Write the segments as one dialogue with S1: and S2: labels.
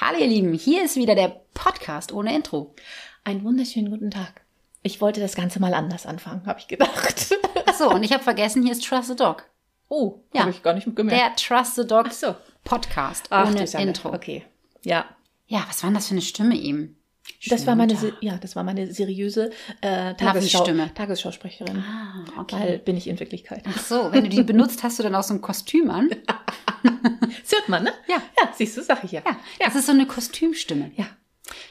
S1: Hallo ihr Lieben, hier ist wieder der Podcast ohne Intro.
S2: Einen wunderschönen guten Tag. Ich wollte das Ganze mal anders anfangen, habe ich gedacht.
S1: Ach so, und ich habe vergessen, hier ist Trust the Dog.
S2: Oh,
S1: Ja.
S2: habe ich gar nicht gemerkt.
S1: Der Trust the Dog
S2: Ach so.
S1: Podcast
S2: Ach,
S1: ohne
S2: du Sande.
S1: Intro.
S2: Okay. Ja.
S1: Ja, was war denn das für eine Stimme eben?
S2: Das war meine,
S1: Schönen
S2: se- ja, das war meine seriöse äh, Tagesschau,
S1: Lovely-Stimme.
S2: Tagesschausprecherin.
S1: Tag. Ah, okay. Ah.
S2: Weil bin ich in Wirklichkeit.
S1: Ach so, wenn du die benutzt, hast du dann auch so ein Kostüm an.
S2: Das hört man, ne?
S1: Ja.
S2: Ja, siehst du, sag ich ja.
S1: Ja, das ist so eine Kostümstimme.
S2: Ja.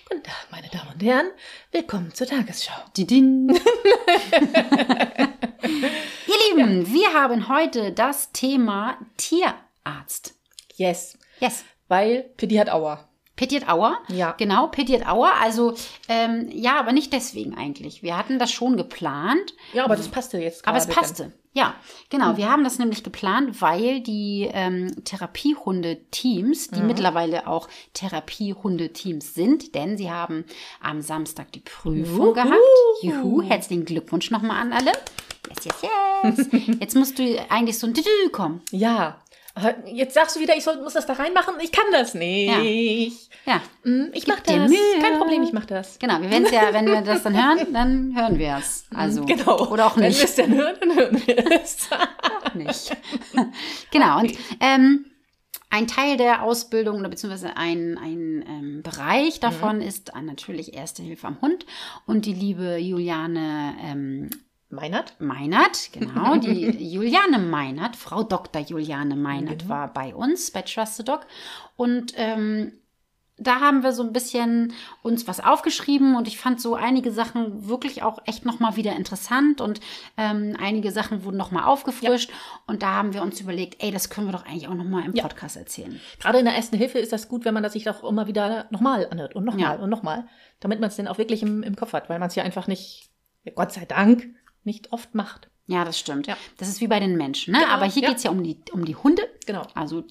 S2: Guten Tag, meine Damen und Herren. Willkommen zur Tagesschau.
S1: Didin. ihr Lieben, wir haben heute das Thema Tierarzt.
S2: Yes.
S1: Yes.
S2: Weil Pitti hat Aua.
S1: Petiert Auer.
S2: Ja.
S1: Genau, Petiert Auer. Also, ähm, ja, aber nicht deswegen eigentlich. Wir hatten das schon geplant,
S2: Ja, aber das passte jetzt
S1: aber
S2: gerade. Hm.
S1: es passte. Ja, genau. Wir haben das nämlich geplant, weil die ähm, Therapiehunde-Teams,
S2: Hm.
S1: die mittlerweile auch Therapiehunde-Teams sind, denn sie haben am Samstag die Prüfung
S2: Juhu.
S1: gehabt. Juhu, herzlichen Glückwunsch nochmal an alle. Yes, yes, yes. Jetzt musst du eigentlich so ein Düdü kommen.
S2: Dann. Ja. Aber Jetzt sagst du wieder, ich soll, muss das da reinmachen. Ich kann das nicht.
S1: Ja,
S2: Hm, Ich mach
S1: dir
S2: das.
S1: Mühe.
S2: Kein Problem, ich mach das.
S1: genau. Wir werden es ja, wenn wir das dann hören, dann hören wir es. Also,
S2: Genau.
S1: Oder auch
S2: Wenn
S1: nicht.
S2: wir es denn hören, dann hören wir es.
S1: nicht. genau, und ähm, ein Teil der Ausbildung oder beziehungsweise ein, ein ähm, Bereich
S2: Mhm.
S1: davon ist äh, natürlich Erste Hilfe am Hund. Und die liebe Juliane ähm,
S2: Meinert?
S1: Meinert, genau, die Juliane Meinert, Frau Dr. Juliane Meinert
S2: Mhm.
S1: war bei uns, bei Trust the Dog. Und ähm, da haben wir so ein bisschen uns was aufgeschrieben und ich fand so einige Sachen wirklich auch echt nochmal wieder interessant und ähm, einige Sachen wurden nochmal aufgefrischt und da haben wir uns überlegt, ey, das können wir doch eigentlich auch nochmal im
S2: Ja.
S1: Podcast erzählen.
S2: Gerade in der ersten Hilfe ist das gut, wenn man das sich doch immer wieder nochmal anhört und nochmal
S1: Ja.
S2: und nochmal, damit man es dann auch wirklich im, im Kopf hat, weil man es ja einfach nicht, ja, Gott sei Dank, nicht oft macht.
S1: Ja, das stimmt.
S2: Ja.
S1: Das ist wie bei den Menschen, ne?
S2: Genau,
S1: Aber hier
S2: ja.
S1: geht's ja um die, um die Hunde.
S2: Genau.
S1: Also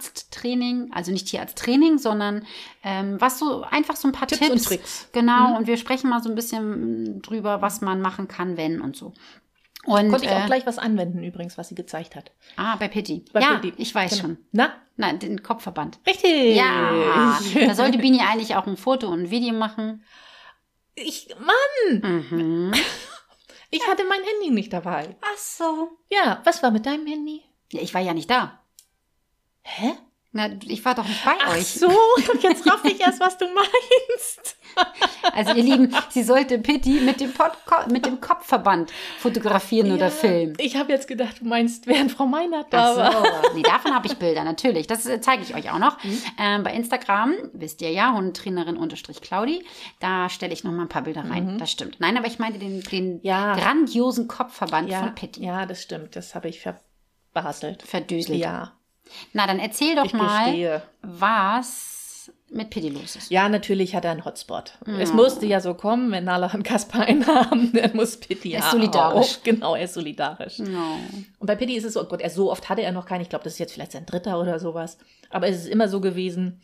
S1: Tierarzttraining, also nicht Tierarzttraining, sondern ähm, was so einfach so ein paar
S2: Tipps
S1: Tipps.
S2: und Tricks.
S1: Genau,
S2: Mhm.
S1: und wir sprechen mal so ein bisschen drüber, was man machen kann, wenn und so. Und
S2: Konnte ich auch
S1: äh,
S2: gleich was anwenden übrigens, was sie gezeigt hat.
S1: ah, bei Pitti.
S2: Bei
S1: ja,
S2: Pitti.
S1: ich weiß
S2: Genau.
S1: schon.
S2: Na,
S1: Nein, den Kopfverband.
S2: richtig.
S1: Ja, da sollte Bini eigentlich auch ein Foto und ein Video machen.
S2: ich, Mann,
S1: Mhm.
S2: ich hatte mein Handy nicht dabei.
S1: Ach so.
S2: Ja, was war mit deinem Handy?
S1: Ja, ich war ja nicht da.
S2: Hä?
S1: Na, ich war doch nicht bei
S2: Ach
S1: euch.
S2: so, jetzt raff ich erst, was du meinst.
S1: Also ihr Lieben, sie sollte Pitti mit dem, Podco mit dem Kopfverband fotografieren
S2: Ja,
S1: oder filmen.
S2: Ich habe jetzt gedacht, du meinst, während Frau Meinert da
S1: Ach
S2: war.
S1: so. Nee, davon habe ich Bilder, natürlich. Das äh, zeige ich euch auch noch.
S2: Mhm.
S1: Ähm, bei Instagram, wisst ihr ja, Hundetrainerin-Claudi, da stelle ich noch mal ein paar Bilder rein. Das stimmt. Nein, aber ich meinte den, den
S2: Mhm. Ja.
S1: grandiosen Kopfverband von Pitti.
S2: ja, das stimmt. Das habe ich verbastelt.
S1: Verdüselt.
S2: Ja,
S1: Na, dann erzähl doch
S2: ich
S1: mal,
S2: gestehe.
S1: was mit Pitti los ist.
S2: Ja, natürlich hat er einen Hotspot.
S1: Hm.
S2: Es musste ja so kommen, wenn Nala und Kaspar einen haben, dann muss Pitti
S1: Er ist
S2: auch.
S1: solidarisch.
S2: Genau, er ist solidarisch.
S1: No.
S2: Und bei Pitti ist es so, oh Gott, er, so oft hatte er noch keinen. Ich glaube, das ist jetzt vielleicht sein dritter oder sowas. Aber es ist immer so gewesen,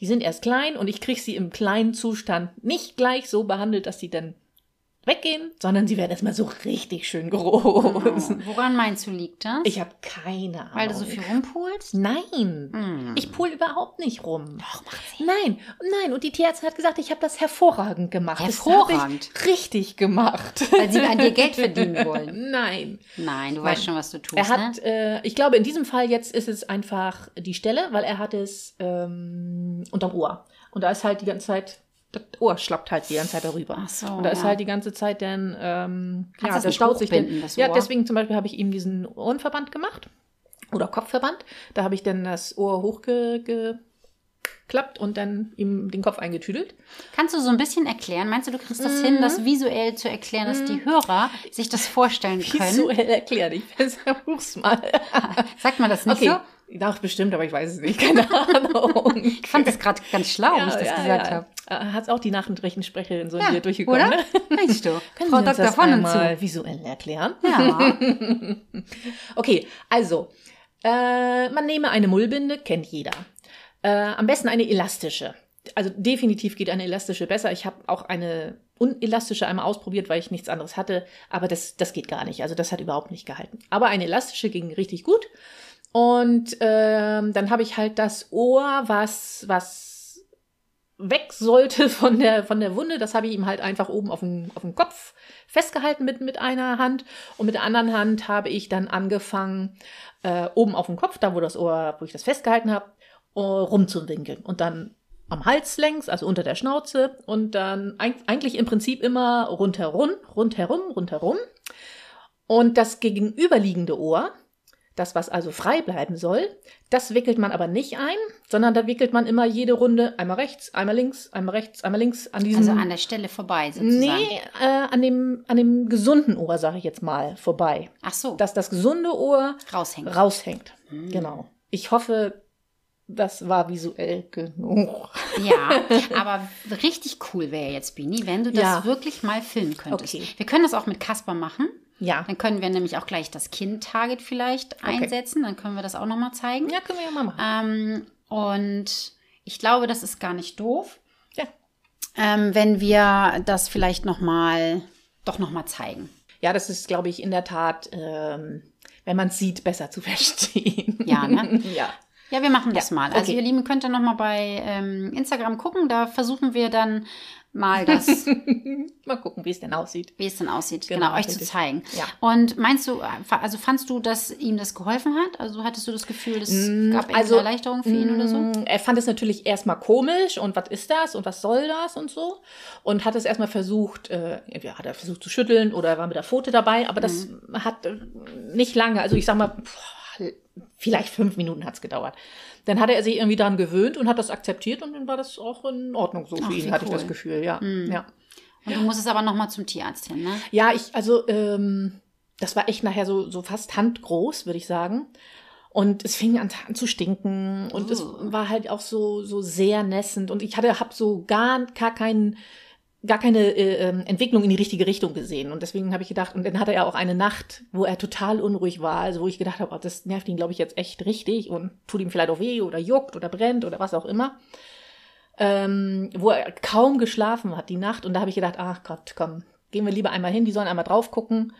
S2: die sind erst klein und ich kriege sie im kleinen Zustand nicht gleich so behandelt, dass sie dann weggehen, sondern sie werden erstmal so richtig schön groß.
S1: No. Woran meinst du, liegt das?
S2: Ich habe keine Ahnung.
S1: Oh. Weil du so viel rumpulst?
S2: Nein,
S1: Hm.
S2: ich pull überhaupt nicht rum.
S1: Doch, mach sie.
S2: Nein, nein. Und die Tierärztin hat gesagt, ich habe das hervorragend gemacht.
S1: Hervorragend.
S2: Das hab ich richtig gemacht.
S1: Weil sie an dir Geld verdienen wollen.
S2: Nein.
S1: Nein, du weißt
S2: Nein.
S1: schon, was du tust.
S2: Er hat,
S1: ne?
S2: äh, ich glaube, in diesem Fall jetzt ist es einfach die Stelle, weil er hat es ähm, unterm Ohr. Und da ist halt die ganze Zeit, das Ohr schlappt halt die ganze Zeit darüber.
S1: Ach so,
S2: Und da ist
S1: ja.
S2: halt die ganze Zeit dann, ähm,
S1: Kannst das
S2: der
S1: nicht
S2: staut sich
S1: hochbinden,
S2: dann-
S1: das
S2: Ja,
S1: Ohr?
S2: deswegen zum Beispiel habe ich ihm diesen Ohrenverband gemacht oder Kopfverband. Da habe ich dann das Ohr hochgeklappt und dann ihm den Kopf eingetüdelt.
S1: Kannst du so ein bisschen erklären? Meinst du, du kriegst das hin,
S2: Mhm.
S1: das visuell zu erklären, dass die Hörer sich das vorstellen können?
S2: Visuell erklärt, ich versuch's mal.
S1: Sagt man das nicht
S2: Okay,
S1: so?
S2: doch bestimmt, aber ich weiß es nicht, keine Ahnung.
S1: Ich fand das gerade ganz schlau, wie ich das gesagt habe.
S2: Hat Äh, auch die Nachrichtensprecherin so
S1: Ja,
S2: hier durchgekommen.
S1: oder?
S2: ne?
S1: Meinst du?
S2: Können
S1: Frau
S2: Sie uns
S1: Dr.
S2: das
S1: von und zu.
S2: einmal visuell erklären?
S1: Ja.
S2: Okay, also, äh, man nehme eine Mullbinde, kennt jeder. Äh, am besten eine elastische. Also definitiv geht eine elastische besser. Ich habe auch eine unelastische einmal ausprobiert, weil ich nichts anderes hatte. Aber das, das geht gar nicht. Also das hat überhaupt nicht gehalten. Aber eine elastische ging richtig gut. Und ähm, dann habe ich halt das Ohr, was, was weg sollte von der, von der Wunde. Das habe ich ihm halt einfach oben auf dem, auf dem Kopf festgehalten mit, mit einer Hand. Und mit der anderen Hand habe ich dann angefangen, äh, oben auf dem Kopf, da wo, das Ohr, wo ich das festgehalten habe, äh, rumzuwinkeln. Und dann am Hals längs, also unter der Schnauze. Und dann eig- eigentlich im Prinzip immer rundherum, rundherum, rundherum. Und das gegenüberliegende Ohr, das, was also frei bleiben soll, das wickelt man aber nicht ein, sondern da wickelt man immer jede Runde einmal rechts, einmal links, einmal rechts, einmal links an diesem.
S1: Also an der Stelle vorbei sozusagen.
S2: nee, äh, an, dem, an dem gesunden Ohr, sage ich jetzt mal, vorbei.
S1: Ach so,
S2: Dass das gesunde Ohr
S1: raushängen.
S2: raushängt. Genau. Ich hoffe, das war visuell genug.
S1: Ja, aber richtig cool wäre jetzt, Bini, wenn du das
S2: Ja.
S1: wirklich mal filmen könntest.
S2: Okay.
S1: Wir können das auch mit Kasper machen.
S2: Ja.
S1: Dann können wir nämlich auch gleich das Kind-Target vielleicht einsetzen. Dann können wir das auch nochmal zeigen.
S2: Ja, können wir ja mal machen.
S1: Ähm, und ich glaube, das ist gar nicht doof,
S2: Ja.
S1: ähm, wenn wir das vielleicht nochmal, doch nochmal zeigen.
S2: Ja, das ist, glaube ich, in der Tat, ähm, wenn man es sieht, besser zu verstehen.
S1: Ja, ne?
S2: ja.
S1: Ja, wir machen das mal. Also
S2: okay.
S1: ihr Lieben, könnt ihr nochmal bei ähm, Instagram gucken. Da versuchen wir dann mal das,
S2: Mal gucken, wie es denn aussieht.
S1: wie es dann aussieht, genau,
S2: Genau,
S1: euch zu
S2: richtig.
S1: zeigen.
S2: Ja.
S1: Und meinst du, also fandst du, dass ihm das geholfen hat? Also hattest du das Gefühl, das gab irgendwie eine Erleichterung für ihn oder so?
S2: also, mm, Er fand es natürlich erstmal komisch und was ist das und was soll das und so. Und hat es erstmal versucht, äh, ja, hat er versucht zu schütteln oder war mit der Pfote dabei, aber das
S1: Mhm.
S2: hat äh, nicht lange, also ich sag mal, boah, vielleicht fünf Minuten hat es gedauert. Dann hatte er sich irgendwie daran gewöhnt und hat das akzeptiert und dann war das auch in Ordnung so
S1: Ach,
S2: für
S1: wie
S2: ihn, hatte ich
S1: cool. Mhm.
S2: das Gefühl, ja. ja.
S1: Und du musstest aber nochmal zum Tierarzt hin, ne?
S2: Ja, ich, also, ähm, das war echt nachher so, so fast handgroß, würde ich sagen. Und es fing an, an zu stinken und es
S1: Oh.
S2: war halt auch so, so sehr nässend. Und ich hatte, hab so gar, gar keinen, gar keine äh, ähm, Entwicklung in die richtige Richtung gesehen. Und deswegen habe ich gedacht, und dann hatte er auch eine Nacht, wo er total unruhig war, also wo ich gedacht habe, oh, das nervt ihn, glaube ich, jetzt echt richtig und tut ihm vielleicht auch weh oder juckt oder brennt oder was auch immer. Ähm, wo er kaum geschlafen hat die Nacht. Und da habe ich gedacht, ach Gott, komm, gehen wir lieber einmal hin, die sollen einmal drauf gucken.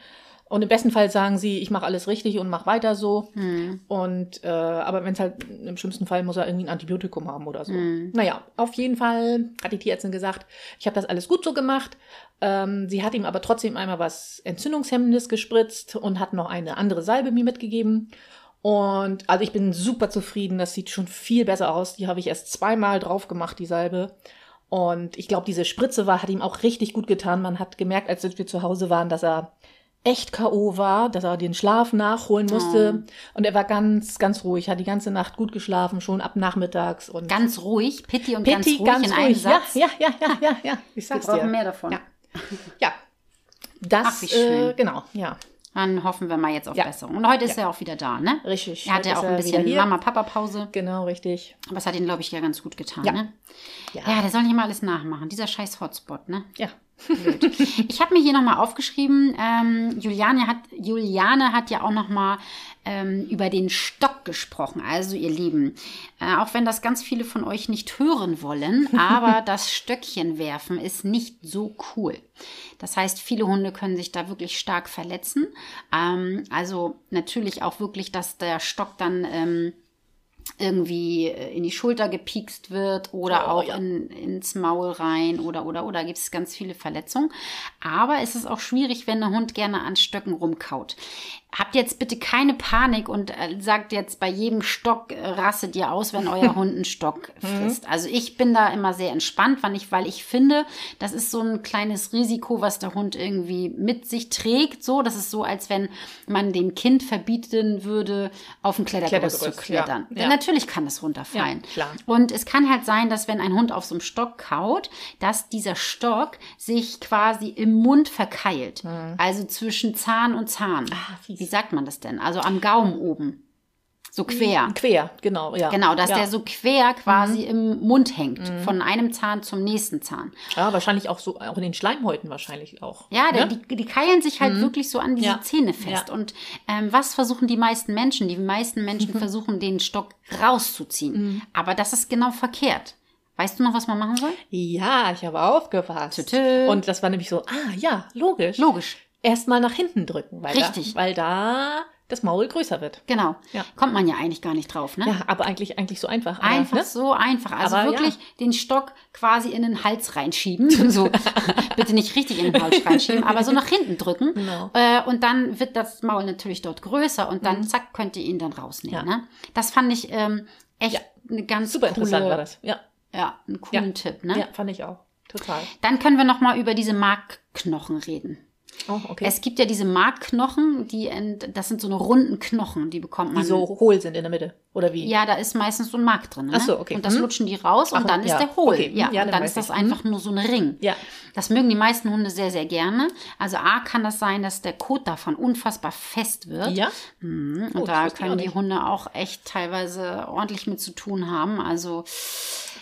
S2: Und im besten Fall sagen sie, ich mache alles richtig und mach weiter so.
S1: Hm.
S2: Und äh, aber wenn es halt im schlimmsten Fall muss er irgendwie ein Antibiotikum haben oder so.
S1: Mhm.
S2: Naja, auf jeden Fall hat die Tierärztin gesagt, ich habe das alles gut so gemacht. Ähm, sie hat ihm aber trotzdem einmal was Entzündungshemmendes gespritzt und hat noch eine andere Salbe mir mitgegeben. Und also ich bin super zufrieden, das sieht schon viel besser aus. Die habe ich erst zweimal drauf gemacht, die Salbe. Und ich glaube, diese Spritze war, hat ihm auch richtig gut getan. Man hat gemerkt, als wir zu Hause waren, dass er echt K.O. war, dass er den Schlaf nachholen
S1: Oh.
S2: musste. Und er war ganz, ganz ruhig, hat die ganze Nacht gut geschlafen, schon ab nachmittags. Und
S1: Ganz ruhig, Pitti und ganz
S2: Pitti,
S1: ruhig in einem Satz.
S2: Ja, ja, ja, ja, ja, ja. Ich
S1: Wir
S2: sag's
S1: brauchen
S2: dir.
S1: mehr davon.
S2: Ja. Ja. Das,
S1: Ach, wie schön.
S2: Äh, genau, ja.
S1: Dann hoffen wir mal jetzt auf
S2: Ja.
S1: Besserung. Und heute ist er auch wieder da, ne?
S2: Richtig.
S1: Er hatte
S2: Heute
S1: ja auch
S2: ist
S1: ein
S2: wieder
S1: bisschen
S2: hier.
S1: Mama-Papa-Pause.
S2: Genau, richtig.
S1: Aber es hat ihn, glaube ich, ja ganz gut getan,
S2: Ja.
S1: ne?
S2: Ja.
S1: Ja, der soll nicht mal alles nachmachen. Dieser scheiß Hotspot, ne?
S2: Ja.
S1: Ich habe mir hier nochmal aufgeschrieben, ähm, Juliane, hat, Juliane hat ja auch nochmal ähm, über den Stock gesprochen, also ihr Lieben. Äh, auch wenn das ganz viele von euch nicht hören wollen, aber das Stöckchen werfen ist nicht so cool. Das heißt, viele Hunde können sich da wirklich stark verletzen. Ähm, also natürlich auch wirklich, dass der Stock dann... Ähm, irgendwie äh, in die Schulter gepiekst wird oder
S2: Oh,
S1: auch
S2: ja.
S1: in, ins Maul rein oder oder oder gibt es ganz viele Verletzungen. Aber es ist auch schwierig, wenn der Hund gerne an Stöcken rumkaut. Habt jetzt bitte keine Panik und äh, sagt jetzt bei jedem Stock äh, rastet ihr aus, wenn euer Hund einen Stock
S2: Mhm.
S1: frisst. Also ich bin da immer sehr entspannt, weil ich, weil ich finde, das ist so ein kleines Risiko, was der Hund irgendwie mit sich trägt. So, das ist so, als wenn man dem Kind verbieten würde, auf dem Klettergerüst, zu
S2: Klettergerüst, ja.
S1: klettern.
S2: Ja.
S1: Natürlich kann das runterfallen.
S2: Ja, klar.
S1: Und es kann halt sein, dass wenn ein Hund auf so einem Stock kaut, dass dieser Stock sich quasi im Mund verkeilt. Also zwischen Zahn und Zahn.
S2: Hm. Ah, fies.
S1: Wie sagt man das denn? Also am Gaumen oben. So quer.
S2: Quer, genau, ja.
S1: Genau, dass
S2: ja. Mhm.
S1: der so quer quasi im Mund hängt. Von einem Zahn zum nächsten Zahn.
S2: Ja, wahrscheinlich auch so, auch in den Schleimhäuten wahrscheinlich auch.
S1: Ja, der,
S2: ne? Mhm.
S1: die, die keilen sich halt wirklich so an diese
S2: Ja.
S1: Zähne fest.
S2: Ja.
S1: Und ähm, was versuchen die meisten Menschen? Die meisten Menschen versuchen, den Stock rauszuziehen.
S2: Mhm.
S1: Aber das ist genau verkehrt. Weißt du noch, was man machen soll?
S2: Ja, ich habe aufgepasst.
S1: Tütü.
S2: Und das war nämlich so, ah ja, logisch.
S1: Logisch.
S2: Erstmal nach hinten drücken, weil
S1: Richtig.
S2: Da, weil da das Maul größer wird.
S1: Genau.
S2: Ja.
S1: Kommt man ja eigentlich gar nicht drauf, ne?
S2: Ja, aber eigentlich, eigentlich so einfach. aber,
S1: Einfach
S2: ne?
S1: so einfach. Also
S2: Aber ja.
S1: wirklich den Stock quasi in den Hals reinschieben. So, bitte nicht richtig in den Hals reinschieben, aber so nach hinten drücken.
S2: Genau.
S1: Äh, und dann wird das Maul natürlich dort größer und
S2: Mhm.
S1: dann zack, könnt ihr ihn dann rausnehmen. Ne? Das fand ich ähm, echt eine ganz
S2: Super interessant
S1: coole,
S2: war das. Ja.
S1: Ja, einen coolen Tipp. Ne?
S2: ja, fand ich auch. Total.
S1: Dann können wir noch mal über diese Markknochen reden.
S2: Oh, okay.
S1: Es gibt ja diese Markknochen, die ent, das sind so eine runden Knochen, die bekommt man.
S2: die so hohl sind in der Mitte. Oder wie?
S1: Ja, da ist meistens so ein Mark drin. Ne?
S2: Ach so, okay.
S1: Und das
S2: Mhm.
S1: lutschen die raus und
S2: Ach,
S1: dann ist
S2: ja.
S1: der hohl.
S2: Okay.
S1: Ja,
S2: Ja,
S1: und
S2: dann
S1: dann
S2: weiß
S1: ist das
S2: ich.
S1: einfach nur so ein Ring.
S2: Ja.
S1: Das mögen die meisten Hunde sehr, sehr gerne. Also A kann das sein, dass der Kot davon unfassbar fest wird.
S2: Ja?
S1: Mhm. Und
S2: Oh, das
S1: da
S2: wusste ich
S1: können
S2: auch
S1: die
S2: nicht.
S1: Hunde auch echt teilweise ordentlich mit zu tun haben. Also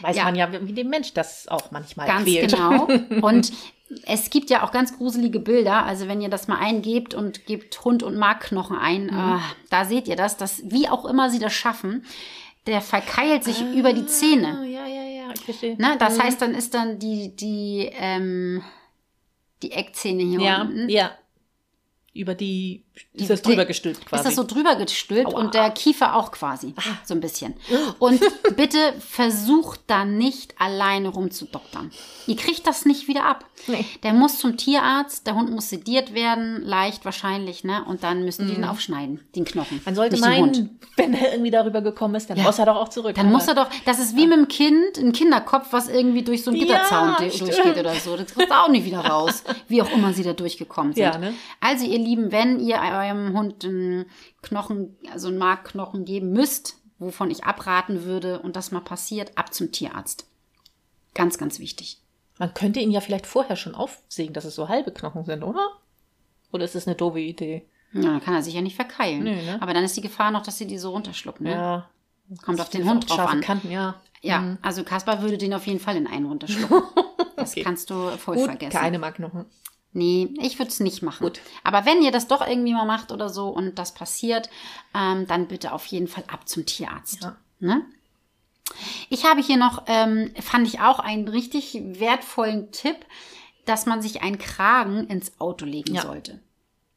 S2: Weiß
S1: Ja.
S2: man ja, wie dem Mensch das auch manchmal
S1: Ganz
S2: quält.
S1: genau. Und es gibt ja auch ganz gruselige Bilder. Also wenn ihr das mal eingebt und gebt Hund und Markknochen ein,
S2: Mhm.
S1: ah, da seht ihr das, dass wie auch immer sie das schaffen, der verkeilt sich über die Zähne.
S2: Ah, Mhm. ja, ja, ja, ich verstehe.
S1: Ne? Das heißt, dann ist dann die, die, ähm, die Eckzähne hier
S2: ja,
S1: unten.
S2: ja. Über die,
S1: Die-
S2: ist das drüber gestülpt quasi.
S1: Ist das so drüber gestülpt
S2: Aua. Ah.
S1: und der Kiefer auch quasi. So ein bisschen. Und bitte versucht da nicht alleine rumzudoktern. Ihr kriegt das nicht wieder ab.
S2: Nee.
S1: Der muss zum Tierarzt, der Hund muss sediert werden, leicht wahrscheinlich, ne? Und dann müssen die den aufschneiden, den Knochen.
S2: Mhm. Man sollte
S1: nicht den Hund.
S2: meinen, wenn er irgendwie darüber gekommen ist, dann muss er doch auch zurück.
S1: Dann muss er doch, das ist wie mit dem Kind, ein Kinderkopf, was irgendwie durch so einen
S2: Ja,
S1: Gitterzaun de-
S2: stimmt.
S1: durchgeht oder so. Das kriegst du auch nicht wieder raus, wie auch immer sie da durchgekommen sind.
S2: Ja, ne?
S1: Also ihr Lieben, wenn ihr eurem Hund einen Knochen, also einen Markknochen geben müsst, wovon ich abraten würde und das mal passiert, ab zum Tierarzt. Ganz, ganz wichtig.
S2: Man könnte ihn ja vielleicht vorher schon aufsägen, dass es so halbe Knochen sind, oder? Oder ist das eine doofe Idee?
S1: Ja, dann kann er sich ja nicht verkeilen.
S2: Nee, ne?
S1: Aber dann ist die Gefahr noch, dass sie die so runterschlucken. Ne?
S2: Ja.
S1: Kommt auf den Hund drauf
S2: Scharfe
S1: an.
S2: Kanten, ja. Hm.
S1: Ja, also Kaspar würde den auf jeden Fall in einen runterschlucken. Das
S2: Okay.
S1: kannst du voll
S2: Gut,
S1: vergessen.
S2: keine Markknochen.
S1: Nee, ich würde es nicht machen.
S2: Gut.
S1: Aber wenn ihr das doch irgendwie mal macht oder so und das passiert, ähm, dann bitte auf jeden Fall ab zum Tierarzt.
S2: Ja.
S1: Ne? Ich habe hier noch, ähm, fand ich auch einen richtig wertvollen Tipp, dass man sich einen Kragen ins Auto legen
S2: Ja.
S1: sollte.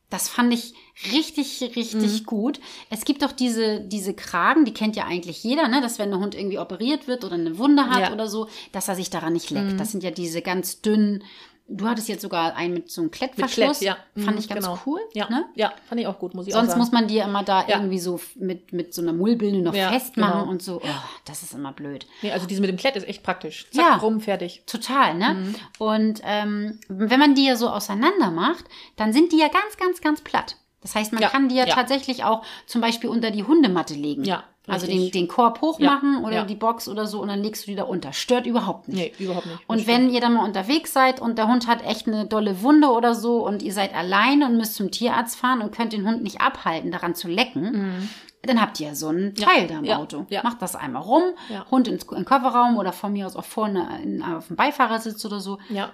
S1: Das fand ich richtig, richtig
S2: Mhm.
S1: gut. Es gibt doch diese, diese Kragen, die kennt ja eigentlich jeder, ne? dass wenn der Hund irgendwie operiert wird oder eine Wunde hat
S2: Ja. Mhm.
S1: oder so, dass er sich daran nicht leckt. Das sind ja diese ganz dünnen, du hattest jetzt sogar einen mit so einem Klettverschluss.
S2: Klepp, ja.
S1: Fand
S2: Mhm,
S1: ich ganz
S2: genau.
S1: cool.
S2: Ja.
S1: Ne?
S2: ja, fand ich auch gut, muss ich auch
S1: Sonst
S2: sagen.
S1: muss man die ja immer da
S2: Ja.
S1: irgendwie so f- mit, mit so einer Mullbinde noch
S2: Ja,
S1: festmachen
S2: genau.
S1: und so. Oh, das ist immer blöd.
S2: nee, also diese mit dem Klett ist echt praktisch. Zack,
S1: Ja.
S2: rum, fertig.
S1: Total, ne?
S2: Mhm.
S1: Und ähm, wenn man die ja so auseinander macht, dann sind die ja ganz, ganz, ganz platt. Das heißt, man
S2: Ja,
S1: kann die ja,
S2: ja.
S1: tatsächlich auch zum Beispiel unter die Hundematte legen.
S2: Ja,
S1: also den,
S2: richtig.
S1: den Korb
S2: Ja,
S1: hochmachen oder
S2: ja.
S1: die Box oder so und dann legst du die da unter. Stört überhaupt nicht.
S2: Nee, überhaupt nicht.
S1: Und wenn ihr dann mal unterwegs seid und der Hund hat echt eine dolle Wunde oder so und ihr seid alleine und müsst zum Tierarzt fahren und könnt den Hund nicht abhalten, daran zu lecken, dann habt ihr so einen Teil da im
S2: Mhm. ja,
S1: Auto.
S2: ja.
S1: Macht das einmal rum,
S2: Ja.
S1: Hund ins, in den Kofferraum oder von mir aus auch vorne in, auf dem Beifahrersitz oder so.
S2: Ja,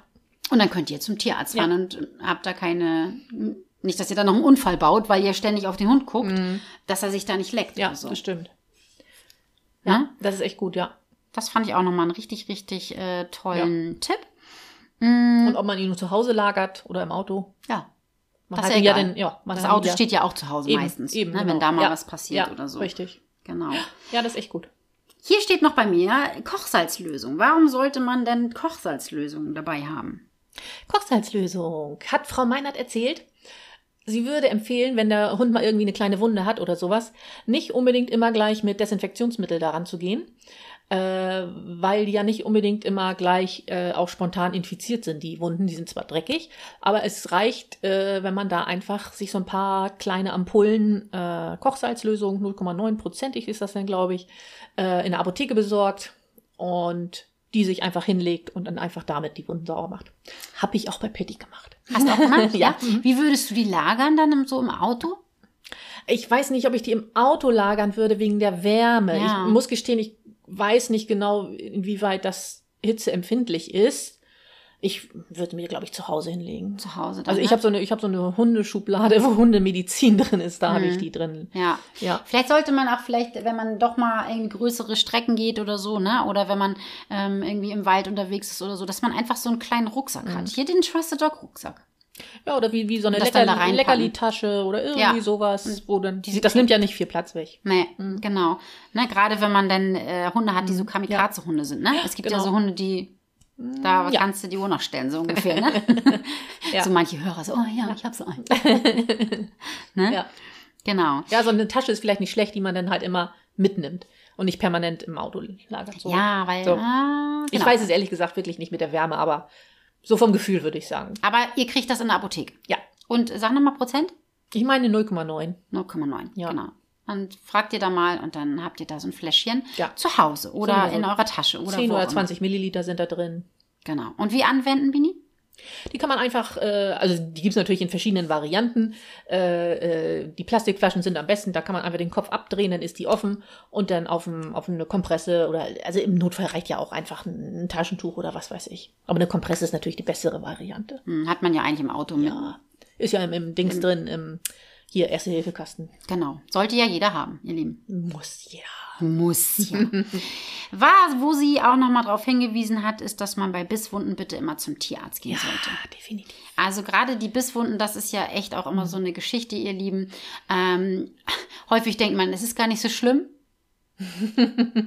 S1: Und dann könnt ihr zum Tierarzt
S2: Ja.
S1: fahren und habt da keine, nicht, dass ihr da noch einen Unfall baut, weil ihr ständig auf den Hund guckt, dass er sich da nicht leckt.
S2: Mhm. ja,
S1: oder so. Ne?
S2: das stimmt.
S1: Ja?
S2: Das ist echt gut, ja.
S1: Das fand ich auch nochmal einen richtig, richtig äh, tollen Tipp. Mm,
S2: Und ob man ihn nur zu Hause lagert oder im Auto.
S1: ja.
S2: Man
S1: Das
S2: hat
S1: ist
S2: ihn ja
S1: egal.
S2: dann, ja, man
S1: Das
S2: hat ihn
S1: Auto
S2: ja-
S1: steht ja auch zu Hause
S2: Eben,
S1: meistens,
S2: eben,
S1: ne,
S2: genau.
S1: wenn da mal
S2: Ja,
S1: was passiert
S2: ja,
S1: oder so.
S2: Richtig.
S1: Genau.
S2: Ja, das ist echt gut.
S1: Hier steht noch bei mir Kochsalzlösung. Warum sollte man denn Kochsalzlösung dabei haben?
S2: Kochsalzlösung. Hat Frau Meinert erzählt? Sie würde empfehlen, wenn der Hund mal irgendwie eine kleine Wunde hat oder sowas, nicht unbedingt immer gleich mit Desinfektionsmittel daran zu gehen, äh, weil die ja nicht unbedingt immer gleich äh, auch spontan infiziert sind. Die Wunden, die sind zwar dreckig, aber es reicht, äh, wenn man da einfach sich so ein paar kleine Ampullen äh, Kochsalzlösung, 0,9%ig ist das dann, glaube ich, äh, in der Apotheke besorgt und die sich einfach hinlegt und dann einfach damit die Wunden sauber macht. Habe ich auch bei Patty gemacht.
S1: Hast du auch gemacht? ja.
S2: Ja.
S1: Wie würdest du die lagern dann im, so im Auto?
S2: Ich weiß nicht, ob ich die im Auto lagern würde wegen der Wärme.
S1: Ja.
S2: Ich muss gestehen, ich weiß nicht genau, inwieweit das hitzeempfindlich ist. Ich würde mir, glaube ich, zu Hause hinlegen.
S1: Zu Hause dann,
S2: Also ich
S1: ne?
S2: habe so eine, ich habe so eine Hundeschublade, wo Hundemedizin drin ist. Da habe
S1: Mhm.
S2: ich die drin.
S1: Ja.
S2: Ja.
S1: Vielleicht sollte man auch vielleicht, wenn man doch mal irgendwie größere Strecken geht oder so, ne? Oder wenn man
S2: Mhm.
S1: ähm, irgendwie im Wald unterwegs ist oder so, dass man einfach so einen kleinen Rucksack hat. Hier den Trusted Dog Rucksack.
S2: Ja, oder wie, wie so eine
S1: Und das dann
S2: Leckerli,
S1: da reinpacken.
S2: Leckerli-Tasche oder irgendwie
S1: Ja. Mhm.
S2: sowas. Wo dann,
S1: diese
S2: das nimmt ja nicht viel Platz weg.
S1: Nee,
S2: Mhm.
S1: genau. Ne, gerade wenn man dann äh, Hunde hat, die so Kamikaze-Hunde sind. Ne? Es gibt ja
S2: Genau. Mhm.
S1: so Hunde, die da
S2: ja.
S1: kannst du die Uhr noch stellen, so ungefähr. Ne?
S2: Ja.
S1: So manche Hörer so, oh ja, ich hab so einen. ne?
S2: Ja.
S1: Genau.
S2: ja, so eine Tasche ist vielleicht nicht schlecht, die man dann halt immer mitnimmt und nicht permanent im Auto lagert. So.
S1: Ja, weil.
S2: So.
S1: Ah,
S2: Ich
S1: genau.
S2: weiß es ehrlich gesagt wirklich nicht mit der Wärme, aber so vom Gefühl würde ich sagen.
S1: Aber ihr kriegt das in der Apotheke.
S2: Ja.
S1: Und sag nochmal Prozent?
S2: Ich meine 0,9.
S1: 0,9.
S2: Ja.
S1: Genau. Und fragt ihr da mal und dann habt ihr da so ein Fläschchen
S2: Ja.
S1: zu Hause oder
S2: So, so
S1: in eurer Tasche oder
S2: 10
S1: wo
S2: oder
S1: auch
S2: 20 Milliliter sind da
S1: Immer.
S2: drin.
S1: Genau. Und wie anwenden, Bini?
S2: Die kann man einfach, äh, also die gibt's natürlich in verschiedenen Varianten. Äh, äh, die Plastikflaschen sind am besten, da kann man einfach den Kopf abdrehen, dann ist die offen und dann auf, dem, auf eine Kompresse oder, also im Notfall reicht ja auch einfach ein, ein Taschentuch oder was weiß ich. Aber eine Kompresse ist natürlich die bessere Variante.
S1: Hm, Hat man ja eigentlich im Auto mit.
S2: Ja, ist ja im, im Dings drin, im hier Erste-Hilfe-Kasten.
S1: Genau. Sollte ja jeder haben, ihr Lieben.
S2: Muss ja.
S1: Muss ja. War, wo sie auch nochmal darauf hingewiesen hat, ist, dass man bei Bisswunden bitte immer zum Tierarzt gehen sollte.
S2: Ah, definitiv.
S1: Also gerade die Bisswunden, das ist ja echt auch immer so eine Geschichte, ihr Lieben. Ähm, häufig denkt man, es ist gar nicht so schlimm.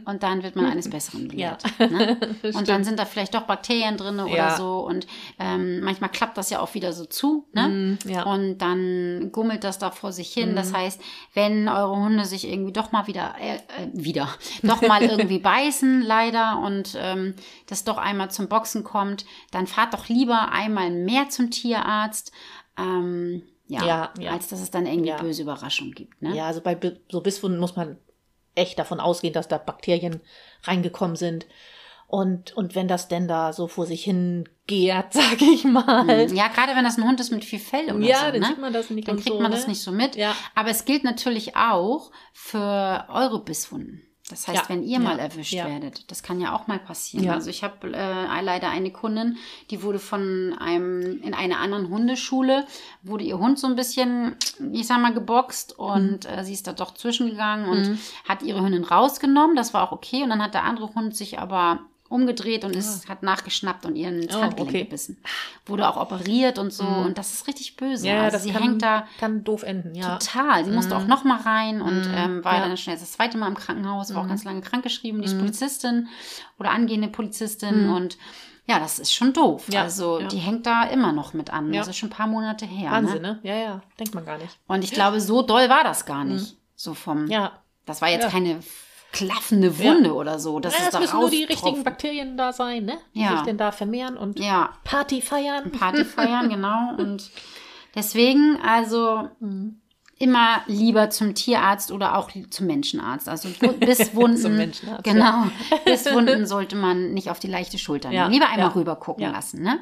S1: Und dann wird man eines Besseren belehrt. Ne? Und dann sind da vielleicht doch Bakterien drin oder
S2: Ja.
S1: so. Und ähm, manchmal klappt das ja auch wieder so zu. Ne?
S2: Mm, ja.
S1: Und dann gummelt das da vor sich hin.
S2: Mhm.
S1: Das heißt, wenn eure Hunde sich irgendwie doch mal wieder, äh, äh, wieder, doch mal irgendwie beißen, leider, und ähm, das doch einmal zum Boxen kommt, dann fahrt doch lieber einmal mehr zum Tierarzt, ähm, ja,
S2: Ja, ja.
S1: als dass es dann irgendwie
S2: Ja.
S1: böse Überraschungen gibt. Ne?
S2: Ja, also bei Bi- so Bisswunden muss man echt davon ausgehen, dass da Bakterien reingekommen sind. Und, und wenn das denn da so vor sich hin gärt, sag ich mal.
S1: Mhm. Ja, gerade wenn das ein Hund ist mit viel Fell oder
S2: Ja,
S1: so,
S2: dann
S1: ne?
S2: sieht man das nicht
S1: Dann
S2: und
S1: kriegt
S2: so,
S1: man
S2: ne?
S1: das nicht so mit.
S2: Ja.
S1: Aber es gilt natürlich auch für eure Bisswunden. Das heißt,
S2: Ja.
S1: wenn ihr
S2: Ja.
S1: mal erwischt
S2: Ja.
S1: werdet, das kann ja auch mal passieren.
S2: Ja.
S1: Also ich habe äh, leider eine Kundin, die wurde von einem in einer anderen Hundeschule wurde ihr Hund so ein bisschen, ich sag mal, geboxt
S2: Mhm.
S1: und äh, sie ist da doch zwischengegangen und hat ihre Hündin rausgenommen. Das war auch okay und dann hat der andere Hund sich aber umgedreht und ist, hat nachgeschnappt und ihren
S2: Ah. Oh,
S1: Handgelenk
S2: okay. Mhm.
S1: gebissen. Wurde auch operiert und so und das ist richtig böse. also sie
S2: kann,
S1: hängt da
S2: kann doof enden, ja. Mhm.
S1: Total. Sie musste auch noch mal rein und ähm, war
S2: Ja. Mhm.
S1: dann schnell das zweite Mal im Krankenhaus, war auch ganz lange krankgeschrieben. Die ist Polizistin oder angehende Polizistin und ja, das ist schon doof.
S2: Mhm. Ja,
S1: Also
S2: ja.
S1: die hängt da immer noch mit an.
S2: Ja.
S1: Das ist schon ein paar Monate her.
S2: Wahnsinn,
S1: Ne?
S2: ne? Ja, ja, denkt man gar nicht.
S1: Und ich glaube, so doll war das gar nicht. So vom.
S2: Mhm. Ja.
S1: Das war jetzt
S2: Ja.
S1: keine klaffende Wunde oder so. Das
S2: Das, ja,
S1: ist da
S2: das müssen nur die
S1: raustropft.
S2: richtigen Bakterien da sein, ne? Die
S1: Ja.
S2: sich denn da vermehren und
S1: Ja, Mhm.
S2: Party feiern.
S1: Party feiern, genau. Und deswegen, also
S2: Mhm.
S1: immer lieber zum Tierarzt oder auch zum Menschenarzt. Also Wu- Bisswunden.
S2: Zum Menschenarzt,
S1: Genau. Bisswunden sollte man nicht auf die leichte Schulter nehmen.
S2: Ja,
S1: lieber einmal
S2: ja,
S1: rüber gucken
S2: ja.
S1: lassen, ne?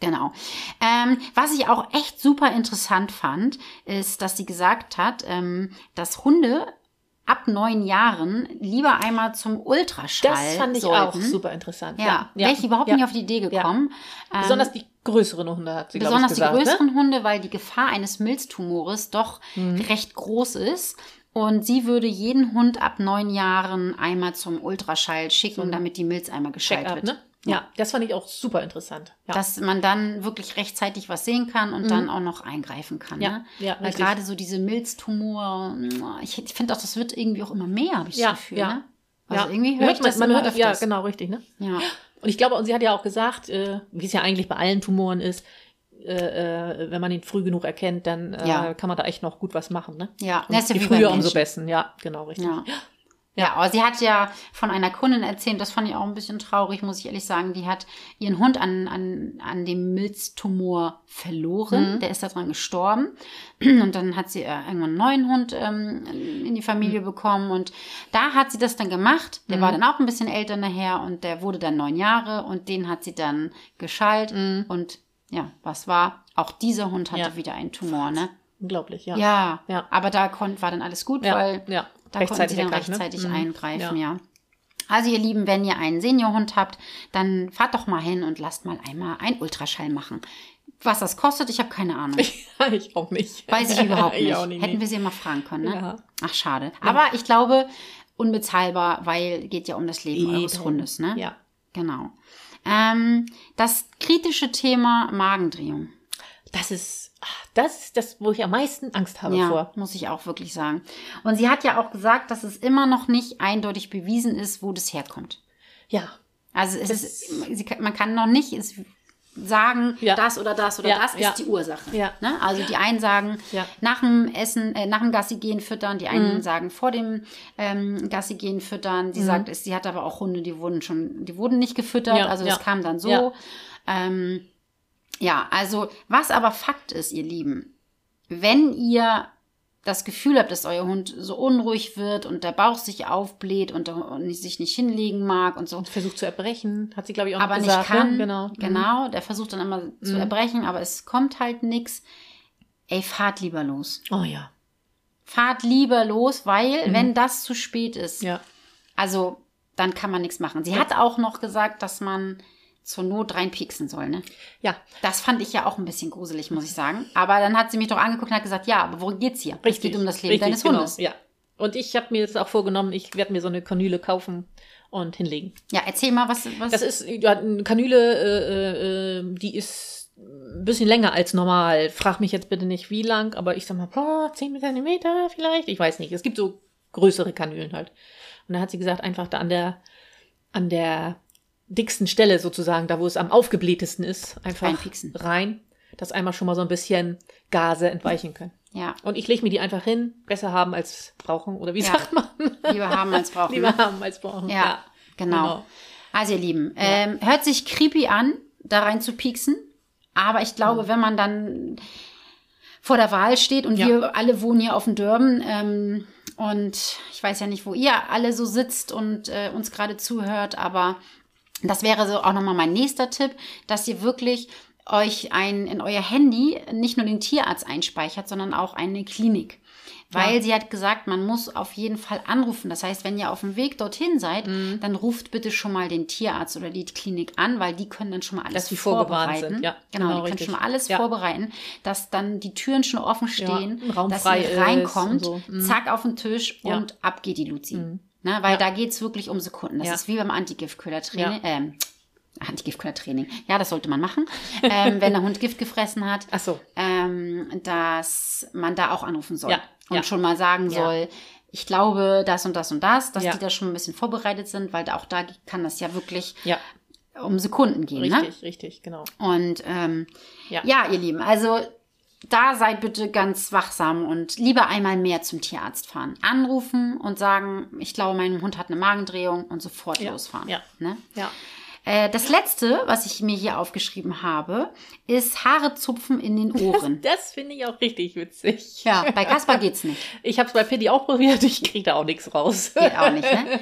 S1: Genau. Ähm, was ich auch echt super interessant fand, ist, dass sie gesagt hat, ähm, dass Hunde ab neun Jahren lieber einmal zum Ultraschall
S2: Das fand ich
S1: sollten.
S2: auch super interessant.
S1: Ja,
S2: Ja,
S1: wäre ich überhaupt
S2: ja.
S1: nicht auf die Idee gekommen. Ähm,
S2: Besonders die größeren Hunde hat sie, glaub
S1: besonders
S2: ich, gesagt,
S1: die
S2: ne?
S1: größeren Hunde, weil die Gefahr eines Milztumores doch
S2: Hm.
S1: recht groß ist. Und sie würde jeden Hund ab neun Jahren einmal zum Ultraschall schicken, damit die Milz einmal geschaltet
S2: Check-up,
S1: wird.
S2: ne? Ja, das fand ich auch super interessant. Ja. Mhm.
S1: Dass man dann wirklich rechtzeitig was sehen kann und dann auch noch eingreifen kann.
S2: Ja,
S1: Ne?
S2: ja,
S1: Weil
S2: richtig.
S1: gerade so diese Milztumor, ich, ich finde auch, das wird irgendwie auch immer mehr, habe ich
S2: Ja,
S1: das Gefühl.
S2: ja.
S1: Ne? Also irgendwie hört man, das
S2: man
S1: immer
S2: hört,
S1: öfters.
S2: Ja, genau, richtig, ne?
S1: Ja.
S2: Und ich glaube, und sie hat ja auch gesagt, äh, wie es ja eigentlich bei allen Tumoren ist, äh, äh, wenn man ihn früh genug erkennt, dann äh,
S1: Ja.
S2: kann man da echt noch gut was machen, ne?
S1: Ja,
S2: Und
S1: das ist ja
S2: je
S1: wie beim
S2: früher, umso
S1: Menschen.
S2: besser. Ja, genau, richtig.
S1: Ja. Ja, aber sie hat ja von einer Kundin erzählt, das fand ich auch ein bisschen traurig, muss ich ehrlich sagen. Die hat ihren Hund an, an, an dem Milztumor
S2: Mhm.
S1: verloren. Der ist daran gestorben. Und dann hat sie äh, irgendwann einen neuen Hund ähm, in die Familie
S2: Mhm.
S1: bekommen. Und da hat sie das dann gemacht. Der war dann auch ein bisschen älter nachher und der wurde dann neun Jahre und den hat sie dann geschallt. Und ja, was war? Auch dieser Hund hatte
S2: Mhm. Ja.
S1: wieder einen Tumor, ne?
S2: Unglaublich, ja.
S1: Ja,
S2: Ja.
S1: aber da konnt, war dann alles gut,
S2: Ja,
S1: weil
S2: ja.
S1: da konnten sie
S2: Rechtzeitig
S1: dann
S2: erkannt, ne?
S1: rechtzeitig
S2: Mhm.
S1: eingreifen, ja. Also ihr Lieben, wenn ihr einen Seniorhund habt, dann fahrt doch mal hin und lasst mal einmal einen Ultraschall machen. Was das kostet, ich habe keine Ahnung.
S2: ich auch nicht.
S1: Weiß ich überhaupt nicht.
S2: ich auch nicht.
S1: Hätten
S2: nee.
S1: wir sie mal fragen können, ne?
S2: Ja.
S1: Ach, schade. Aber ich glaube, unbezahlbar, weil geht ja um das Leben eures
S2: Eben.
S1: Hundes, ne?
S2: Ja.
S1: Genau. Ähm, das kritische Thema Magendrehung.
S2: Das ist, ah, das ist das, wo ich am meisten Angst habe
S1: ja,
S2: vor.
S1: muss ich auch wirklich sagen. Und sie hat ja auch gesagt, dass es immer noch nicht eindeutig bewiesen ist, wo das herkommt.
S2: Ja.
S1: Also es
S2: Das-
S1: ist, sie, kann- man kann noch nicht es sagen,
S2: Ja.
S1: das oder das oder
S2: Ja,
S1: das ist
S2: ja.
S1: die Ursache.
S2: Ja.
S1: Ne? Also die einen sagen,
S2: Ja. Mhm.
S1: nach dem Essen, äh, nach dem Gassi gehen füttern, die einen sagen, vor dem ähm, Gassi gehen füttern. Sie sagt, es- sie hat aber auch Hunde, die wurden schon, die wurden nicht gefüttert,
S2: Ja,
S1: also das
S2: ja.
S1: kam dann so.
S2: Ja.
S1: Ähm, ja, also was aber Fakt ist, ihr Lieben, wenn ihr das Gefühl habt, dass euer Hund so unruhig wird und der Bauch sich aufbläht und, der, und sich nicht hinlegen mag und so,
S2: Versucht zu erbrechen, hat sie, glaube ich, auch
S1: aber
S2: gesagt.
S1: nicht kann,
S2: ne? Genau.
S1: genau, der versucht dann immer zu
S2: Mhm.
S1: erbrechen, aber es kommt halt nichts. Ey, fahrt lieber los.
S2: Oh ja.
S1: Fahrt lieber los, weil wenn das zu spät ist,
S2: Mhm. Ja.
S1: also dann kann man nichts machen. Sie hat auch noch gesagt, dass man zur Not reinpieksen soll, ne?
S2: Ja,
S1: Das fand ich ja auch ein bisschen gruselig, muss ich sagen. Aber dann hat sie mich doch angeguckt und hat gesagt, ja, aber worum geht's hier? Es
S2: richtig.
S1: geht um das Leben
S2: richtig,
S1: deines
S2: genau,
S1: Hundes.
S2: Ja. Und ich habe mir jetzt auch vorgenommen, ich werde mir so eine Kanüle kaufen und hinlegen.
S1: Ja, erzähl mal, was, was
S2: Das ist ja, eine Kanüle, äh, äh, äh, die ist ein bisschen länger als normal. Frag mich jetzt bitte nicht, wie lang, aber ich sag mal, boah, 10 Zentimeter vielleicht. Ich weiß nicht. Es gibt so größere Kanülen halt. Und dann hat sie gesagt, einfach da an der, an der dicksten Stelle sozusagen, da wo es am aufgeblähtesten ist, einfach
S1: Reinpieksen.
S2: rein, dass einmal schon mal so ein bisschen Gase entweichen können.
S1: ja,
S2: Und ich lege mir die einfach hin, besser haben als brauchen, oder wie
S1: Ja.
S2: sagt man?
S1: lieber haben als brauchen.
S2: Lieber
S1: ne?
S2: haben als brauchen.
S1: Ja, genau. Also ihr Lieben, ähm, hört sich creepy an, da rein zu pieksen. Aber ich glaube, wenn man dann vor der Wahl steht und
S2: Ja.
S1: wir alle wohnen hier auf dem Dörben ähm, und ich weiß ja nicht, wo ihr alle so sitzt und äh, uns gerade zuhört, aber das wäre so auch nochmal mein nächster Tipp, dass ihr wirklich euch ein, in euer Handy nicht nur den Tierarzt einspeichert, sondern auch eine Klinik. Weil sie hat gesagt, man muss auf jeden Fall anrufen. Das heißt, wenn ihr auf dem Weg dorthin seid,
S2: Mhm.
S1: dann ruft bitte schon mal den Tierarzt oder die Klinik an, weil die können dann schon mal alles
S2: Dass die vorgewarnt
S1: vorbereiten.
S2: sind, ja.
S1: genau,
S2: Genau,
S1: die
S2: richtig.
S1: können schon mal alles
S2: Ja.
S1: vorbereiten, dass dann die Türen schon offen stehen,
S2: ein Raum
S1: dass
S2: frei
S1: ihr
S2: ist
S1: reinkommt,
S2: und so. Mhm.
S1: zack auf den Tisch
S2: Ja. Mhm.
S1: und ab geht die Luzi. Na, weil da geht's wirklich um Sekunden. Das
S2: Ja.
S1: ist wie beim Antigiftködertraining.
S2: Ja.
S1: Ähm, Antigiftködertraining. Ja, das sollte man machen, ähm, wenn der Hund Gift gefressen hat,
S2: Ach so.
S1: ähm, dass man da auch anrufen soll
S2: Ja,
S1: und
S2: ja.
S1: schon mal sagen
S2: Ja.
S1: soll, ich glaube das und das und das, dass
S2: Ja.
S1: die da schon ein bisschen vorbereitet sind, weil auch da kann das ja wirklich
S2: Ja,
S1: um Sekunden gehen. Ne?
S2: richtig, richtig, genau.
S1: Und ähm, ja.
S2: Ja.
S1: ihr Lieben, also da seid bitte ganz wachsam und lieber einmal mehr zum Tierarzt fahren. Anrufen und sagen, ich glaube, mein Hund hat eine Magendrehung und sofort
S2: Ja,
S1: losfahren.
S2: ja.
S1: Ne?
S2: Ja.
S1: Äh, das letzte, was ich mir hier aufgeschrieben habe, ist Haare zupfen in den Ohren.
S2: Das finde ich auch richtig witzig.
S1: ja, bei Kaspar geht's nicht.
S2: Ich habe es bei Pitti auch probiert, ich kriege da auch nichts raus.
S1: Geht auch nicht, ne?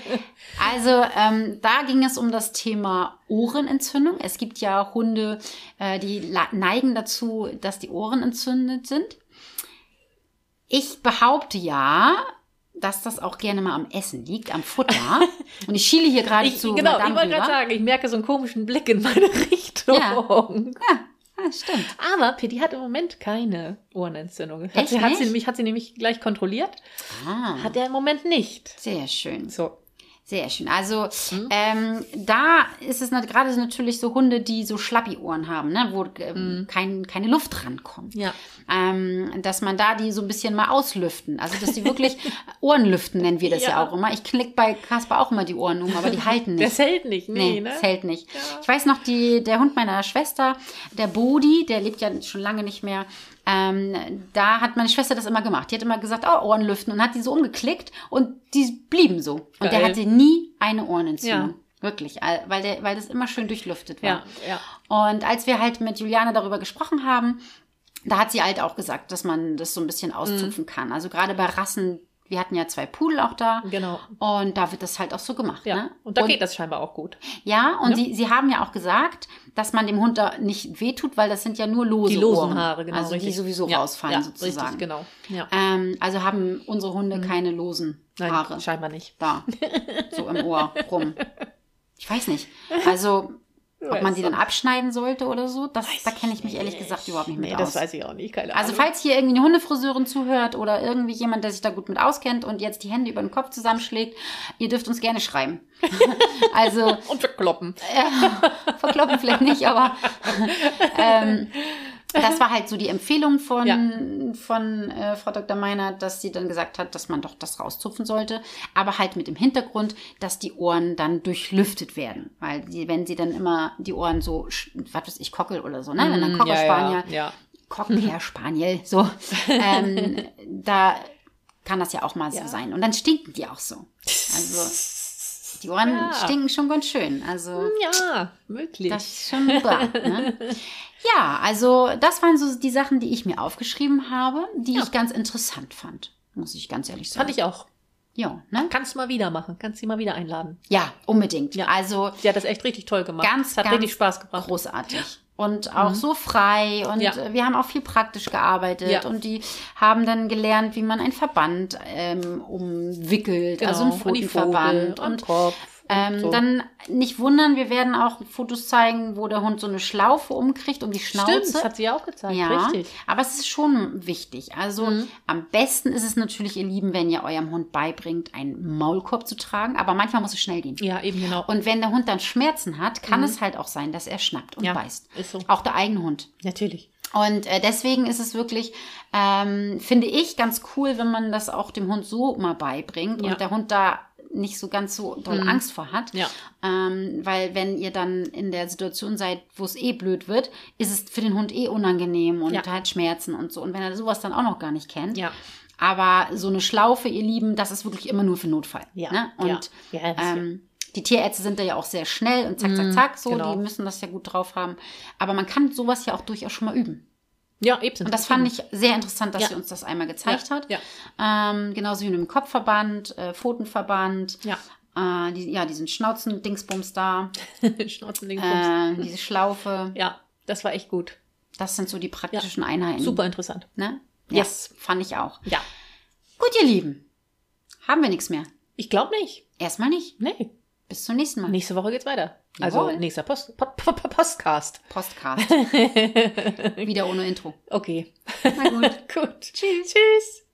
S1: Also, ähm, da ging es um das Thema Ohrenentzündung. Es gibt ja Hunde, äh, die la- neigen dazu, dass die Ohren entzündet sind. Ich behaupte ja, dass das auch gerne mal am Essen liegt, am Futter. Und ich schiele hier gerade
S2: Ich,
S1: zu
S2: genau, ich
S1: Madame
S2: wollte
S1: rüber.
S2: gerade sagen, ich merke so einen komischen Blick in meine Richtung.
S1: Ja, Ah, stimmt.
S2: Aber Pitti hat im Moment keine Ohrenentzündung. Hat,
S1: Echt
S2: sie, hat,
S1: nicht?
S2: sie, nämlich, hat sie nämlich gleich kontrolliert.
S1: Ah,
S2: Hat er im Moment nicht.
S1: sehr schön.
S2: So.
S1: Sehr schön. Also
S2: Mhm.
S1: ähm, da ist es nat- gerade so natürlich so Hunde, die so Schlappi-Ohren haben, ne? wo
S2: Mhm.
S1: ähm, kein, keine Luft rankommt.
S2: Ja.
S1: Ähm, dass man da die so ein bisschen mal auslüften. Also dass die wirklich Ohren lüften, nennen wir das ja,
S2: Ja.
S1: auch immer. Ich knick bei Kasper auch immer die Ohren um, aber die halten nicht.
S2: Das hält nicht, nee,
S1: Nee,
S2: ne?
S1: das hält nicht.
S2: Ja.
S1: Ich weiß noch, die, der Hund meiner Schwester, der Bodi, der lebt ja schon lange nicht mehr. Ähm, da hat meine Schwester das immer gemacht. Die hat immer gesagt, oh, Ohren lüften und hat die so umgeklickt und die blieben so. Und der
S2: Geil.
S1: hatte nie eine Ohrenentzündung.
S2: Ja.
S1: Wirklich, all- weil, der, weil das immer schön durchlüftet war.
S2: Ja, ja.
S1: Und als wir halt mit Juliane darüber gesprochen haben, da hat sie halt auch gesagt, dass man das so ein bisschen
S2: Mhm.
S1: auszupfen kann. Also gerade bei Rassen, wir hatten ja zwei Pudel auch da.
S2: Genau.
S1: Und da wird das halt auch so gemacht.
S2: Ja.
S1: Ne?
S2: Und da geht das scheinbar auch gut.
S1: Ja, und Sie, sie haben ja auch gesagt, dass man dem Hund da nicht wehtut, weil das sind ja nur lose
S2: Die losen
S1: Ohren.
S2: Haare, genau.
S1: Also
S2: richtig.
S1: die sowieso
S2: ja,
S1: rausfallen
S2: ja,
S1: sozusagen.
S2: Richtig, genau. Ja.
S1: ähm, also haben unsere Hunde keine losen
S2: Nein,
S1: Haare
S2: scheinbar nicht.
S1: da, so im Ohr rum. Ich weiß nicht. Also, ob man die dann abschneiden sollte oder so, das, da kenne ich mich ehrlich gesagt überhaupt nicht mit
S2: Nee,
S1: aus.
S2: das weiß ich auch nicht. Keine
S1: Also
S2: Ahnung.
S1: falls hier irgendwie eine Hundefriseurin zuhört oder irgendwie jemand, der sich da gut mit auskennt und jetzt die Hände über den Kopf zusammenschlägt, ihr dürft uns gerne schreiben. also
S2: Und verkloppen.
S1: verkloppen vielleicht nicht, aber ähm, Das war halt so die Empfehlung von,
S2: Ja.
S1: von äh, Frau Dr. Meiner, dass sie dann gesagt hat, dass man doch das rauszupfen sollte, aber halt mit dem Hintergrund, dass die Ohren dann durchlüftet werden. Weil die, wenn sie dann immer die Ohren so, sch- was weiß ich, Kockel oder so, ne? wenn dann
S2: Mm,
S1: Cocker Spaniel,
S2: Ja, ja.
S1: Cocker Spaniel, so, ähm, da kann das ja auch mal so
S2: Ja.
S1: sein. Und dann stinken die auch so. Also die Ohren
S2: Ja.
S1: stinken schon ganz schön. Also
S2: ja, wirklich.
S1: das ist schon bra, ne? Ja, also das waren so die Sachen, die ich mir aufgeschrieben habe, die
S2: Ja.
S1: ich ganz interessant fand, muss ich ganz ehrlich sagen.
S2: Fand ich auch.
S1: Ja, ne?
S2: Kannst du mal wieder machen. Kannst du mal wieder einladen.
S1: ja unbedingt.
S2: Ja.
S1: Also
S2: Sie hat das echt richtig toll gemacht.
S1: Ganz,
S2: hat
S1: ganz
S2: richtig Spaß gebracht.
S1: großartig. Und auch so frei. Und
S2: Mhm. Ja.
S1: äh, wir haben auch viel praktisch gearbeitet.
S2: Ja.
S1: Und die haben dann gelernt, wie man einen Verband ähm, umwickelt. also einen
S2: an Genau. die
S1: Pfotenverband.
S2: Vogel, am
S1: Und
S2: Kopf. und
S1: ähm,
S2: so.
S1: dann nicht wundern, wir werden auch Fotos zeigen, wo der Hund so eine Schlaufe umkriegt, um die Schnauze.
S2: Stimmt, das hat sie ja Mhm. auch gezeigt.
S1: Ja,
S2: Richtig.
S1: aber es ist schon wichtig. Also am besten ist es natürlich, ihr Lieben, wenn ihr eurem Hund beibringt, einen Maulkorb zu tragen. Aber manchmal muss es schnell gehen.
S2: Ja, eben genau.
S1: Und wenn der Hund dann Schmerzen hat, kann es halt auch sein, dass er schnappt und
S2: Ja,
S1: beißt.
S2: ist so.
S1: Auch der eigene Hund.
S2: Natürlich.
S1: Und äh, deswegen ist es wirklich, ähm, finde ich, ganz cool, wenn man das auch dem Hund so mal beibringt
S2: Ja. Mhm.
S1: und der Hund da nicht so ganz so doll Angst vor hat.
S2: Ja.
S1: Ähm, weil wenn ihr dann in der Situation seid, wo es eh blöd wird, ist es für den Hund eh unangenehm und
S2: Ja.
S1: hat Schmerzen und so. Und wenn er sowas dann auch noch gar nicht kennt.
S2: Ja.
S1: Aber so eine Schlaufe, ihr Lieben, das ist wirklich immer nur für Notfall.
S2: Ja.
S1: Ne? Und
S2: ja. Ja, das-
S1: ähm, die Tierärzte sind da ja auch sehr schnell und zack, zack, zack, so,
S2: genau.
S1: die müssen das ja gut drauf haben. Aber man kann sowas ja auch durchaus schon mal üben.
S2: ja, eben.
S1: Und das fand ich sehr interessant, dass
S2: Hm. Ja.
S1: sie uns das einmal gezeigt
S2: Ja,
S1: hat.
S2: ja.
S1: Ähm, genauso wie mit dem Kopfverband, äh, Pfotenverband,
S2: Ja.
S1: äh, die, ja, diesen Schnauzen-Dingsbums da,
S2: Schnauzen links. Äh,
S1: äh, diese Schlaufe.
S2: ja, das war echt gut.
S1: Das sind so die praktischen Einheiten.
S2: Super interessant.
S1: Ne?
S2: Yes.
S1: Fand ich auch.
S2: Ja.
S1: Gut, ihr Lieben, haben wir nichts mehr.
S2: Ich glaube nicht.
S1: Erstmal nicht.
S2: Nee.
S1: Bis zum nächsten Mal.
S2: Nächste Woche geht's weiter. Also
S1: Jawohl.
S2: nächster Post, Pod, Pod, Pod, Postcast.
S1: Postcard. Wieder ohne Intro.
S2: Okay.
S1: Na gut.
S2: Gut. Tschüss. Tschüss.